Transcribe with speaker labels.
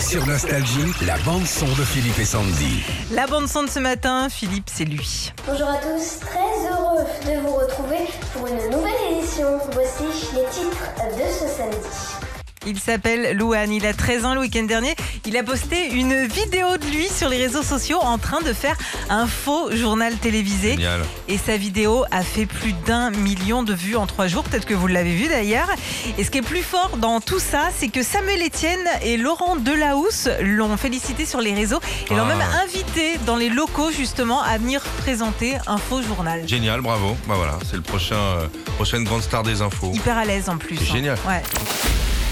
Speaker 1: Sur Nostalgie, la bande-son de Philippe et Sandy.
Speaker 2: La bande-son de ce matin, Philippe, c'est lui.
Speaker 3: Bonjour à tous, très heureux de vous retrouver pour une nouvelle édition. Voici les titres de ce samedi.
Speaker 2: Il s'appelle Louane, il a 13 ans le week-end dernier. Il a posté une vidéo de lui sur les réseaux sociaux en train de faire un faux journal télévisé.
Speaker 4: Génial.
Speaker 2: Et sa vidéo a fait plus d'un million de vues en trois jours. Peut-être que vous l'avez vu d'ailleurs. Et ce qui est plus fort dans tout ça, c'est que Samuel Etienne et Laurent Delahousse l'ont félicité sur les réseaux et l'ont
Speaker 4: Ah.
Speaker 2: même invité dans les locaux justement à venir présenter un faux journal.
Speaker 4: Génial, bravo. Bah voilà, c'est le prochain euh, prochaine grande star des infos.
Speaker 2: Hyper à l'aise en plus.
Speaker 4: C'est
Speaker 2: hein.
Speaker 4: génial.
Speaker 2: Ouais.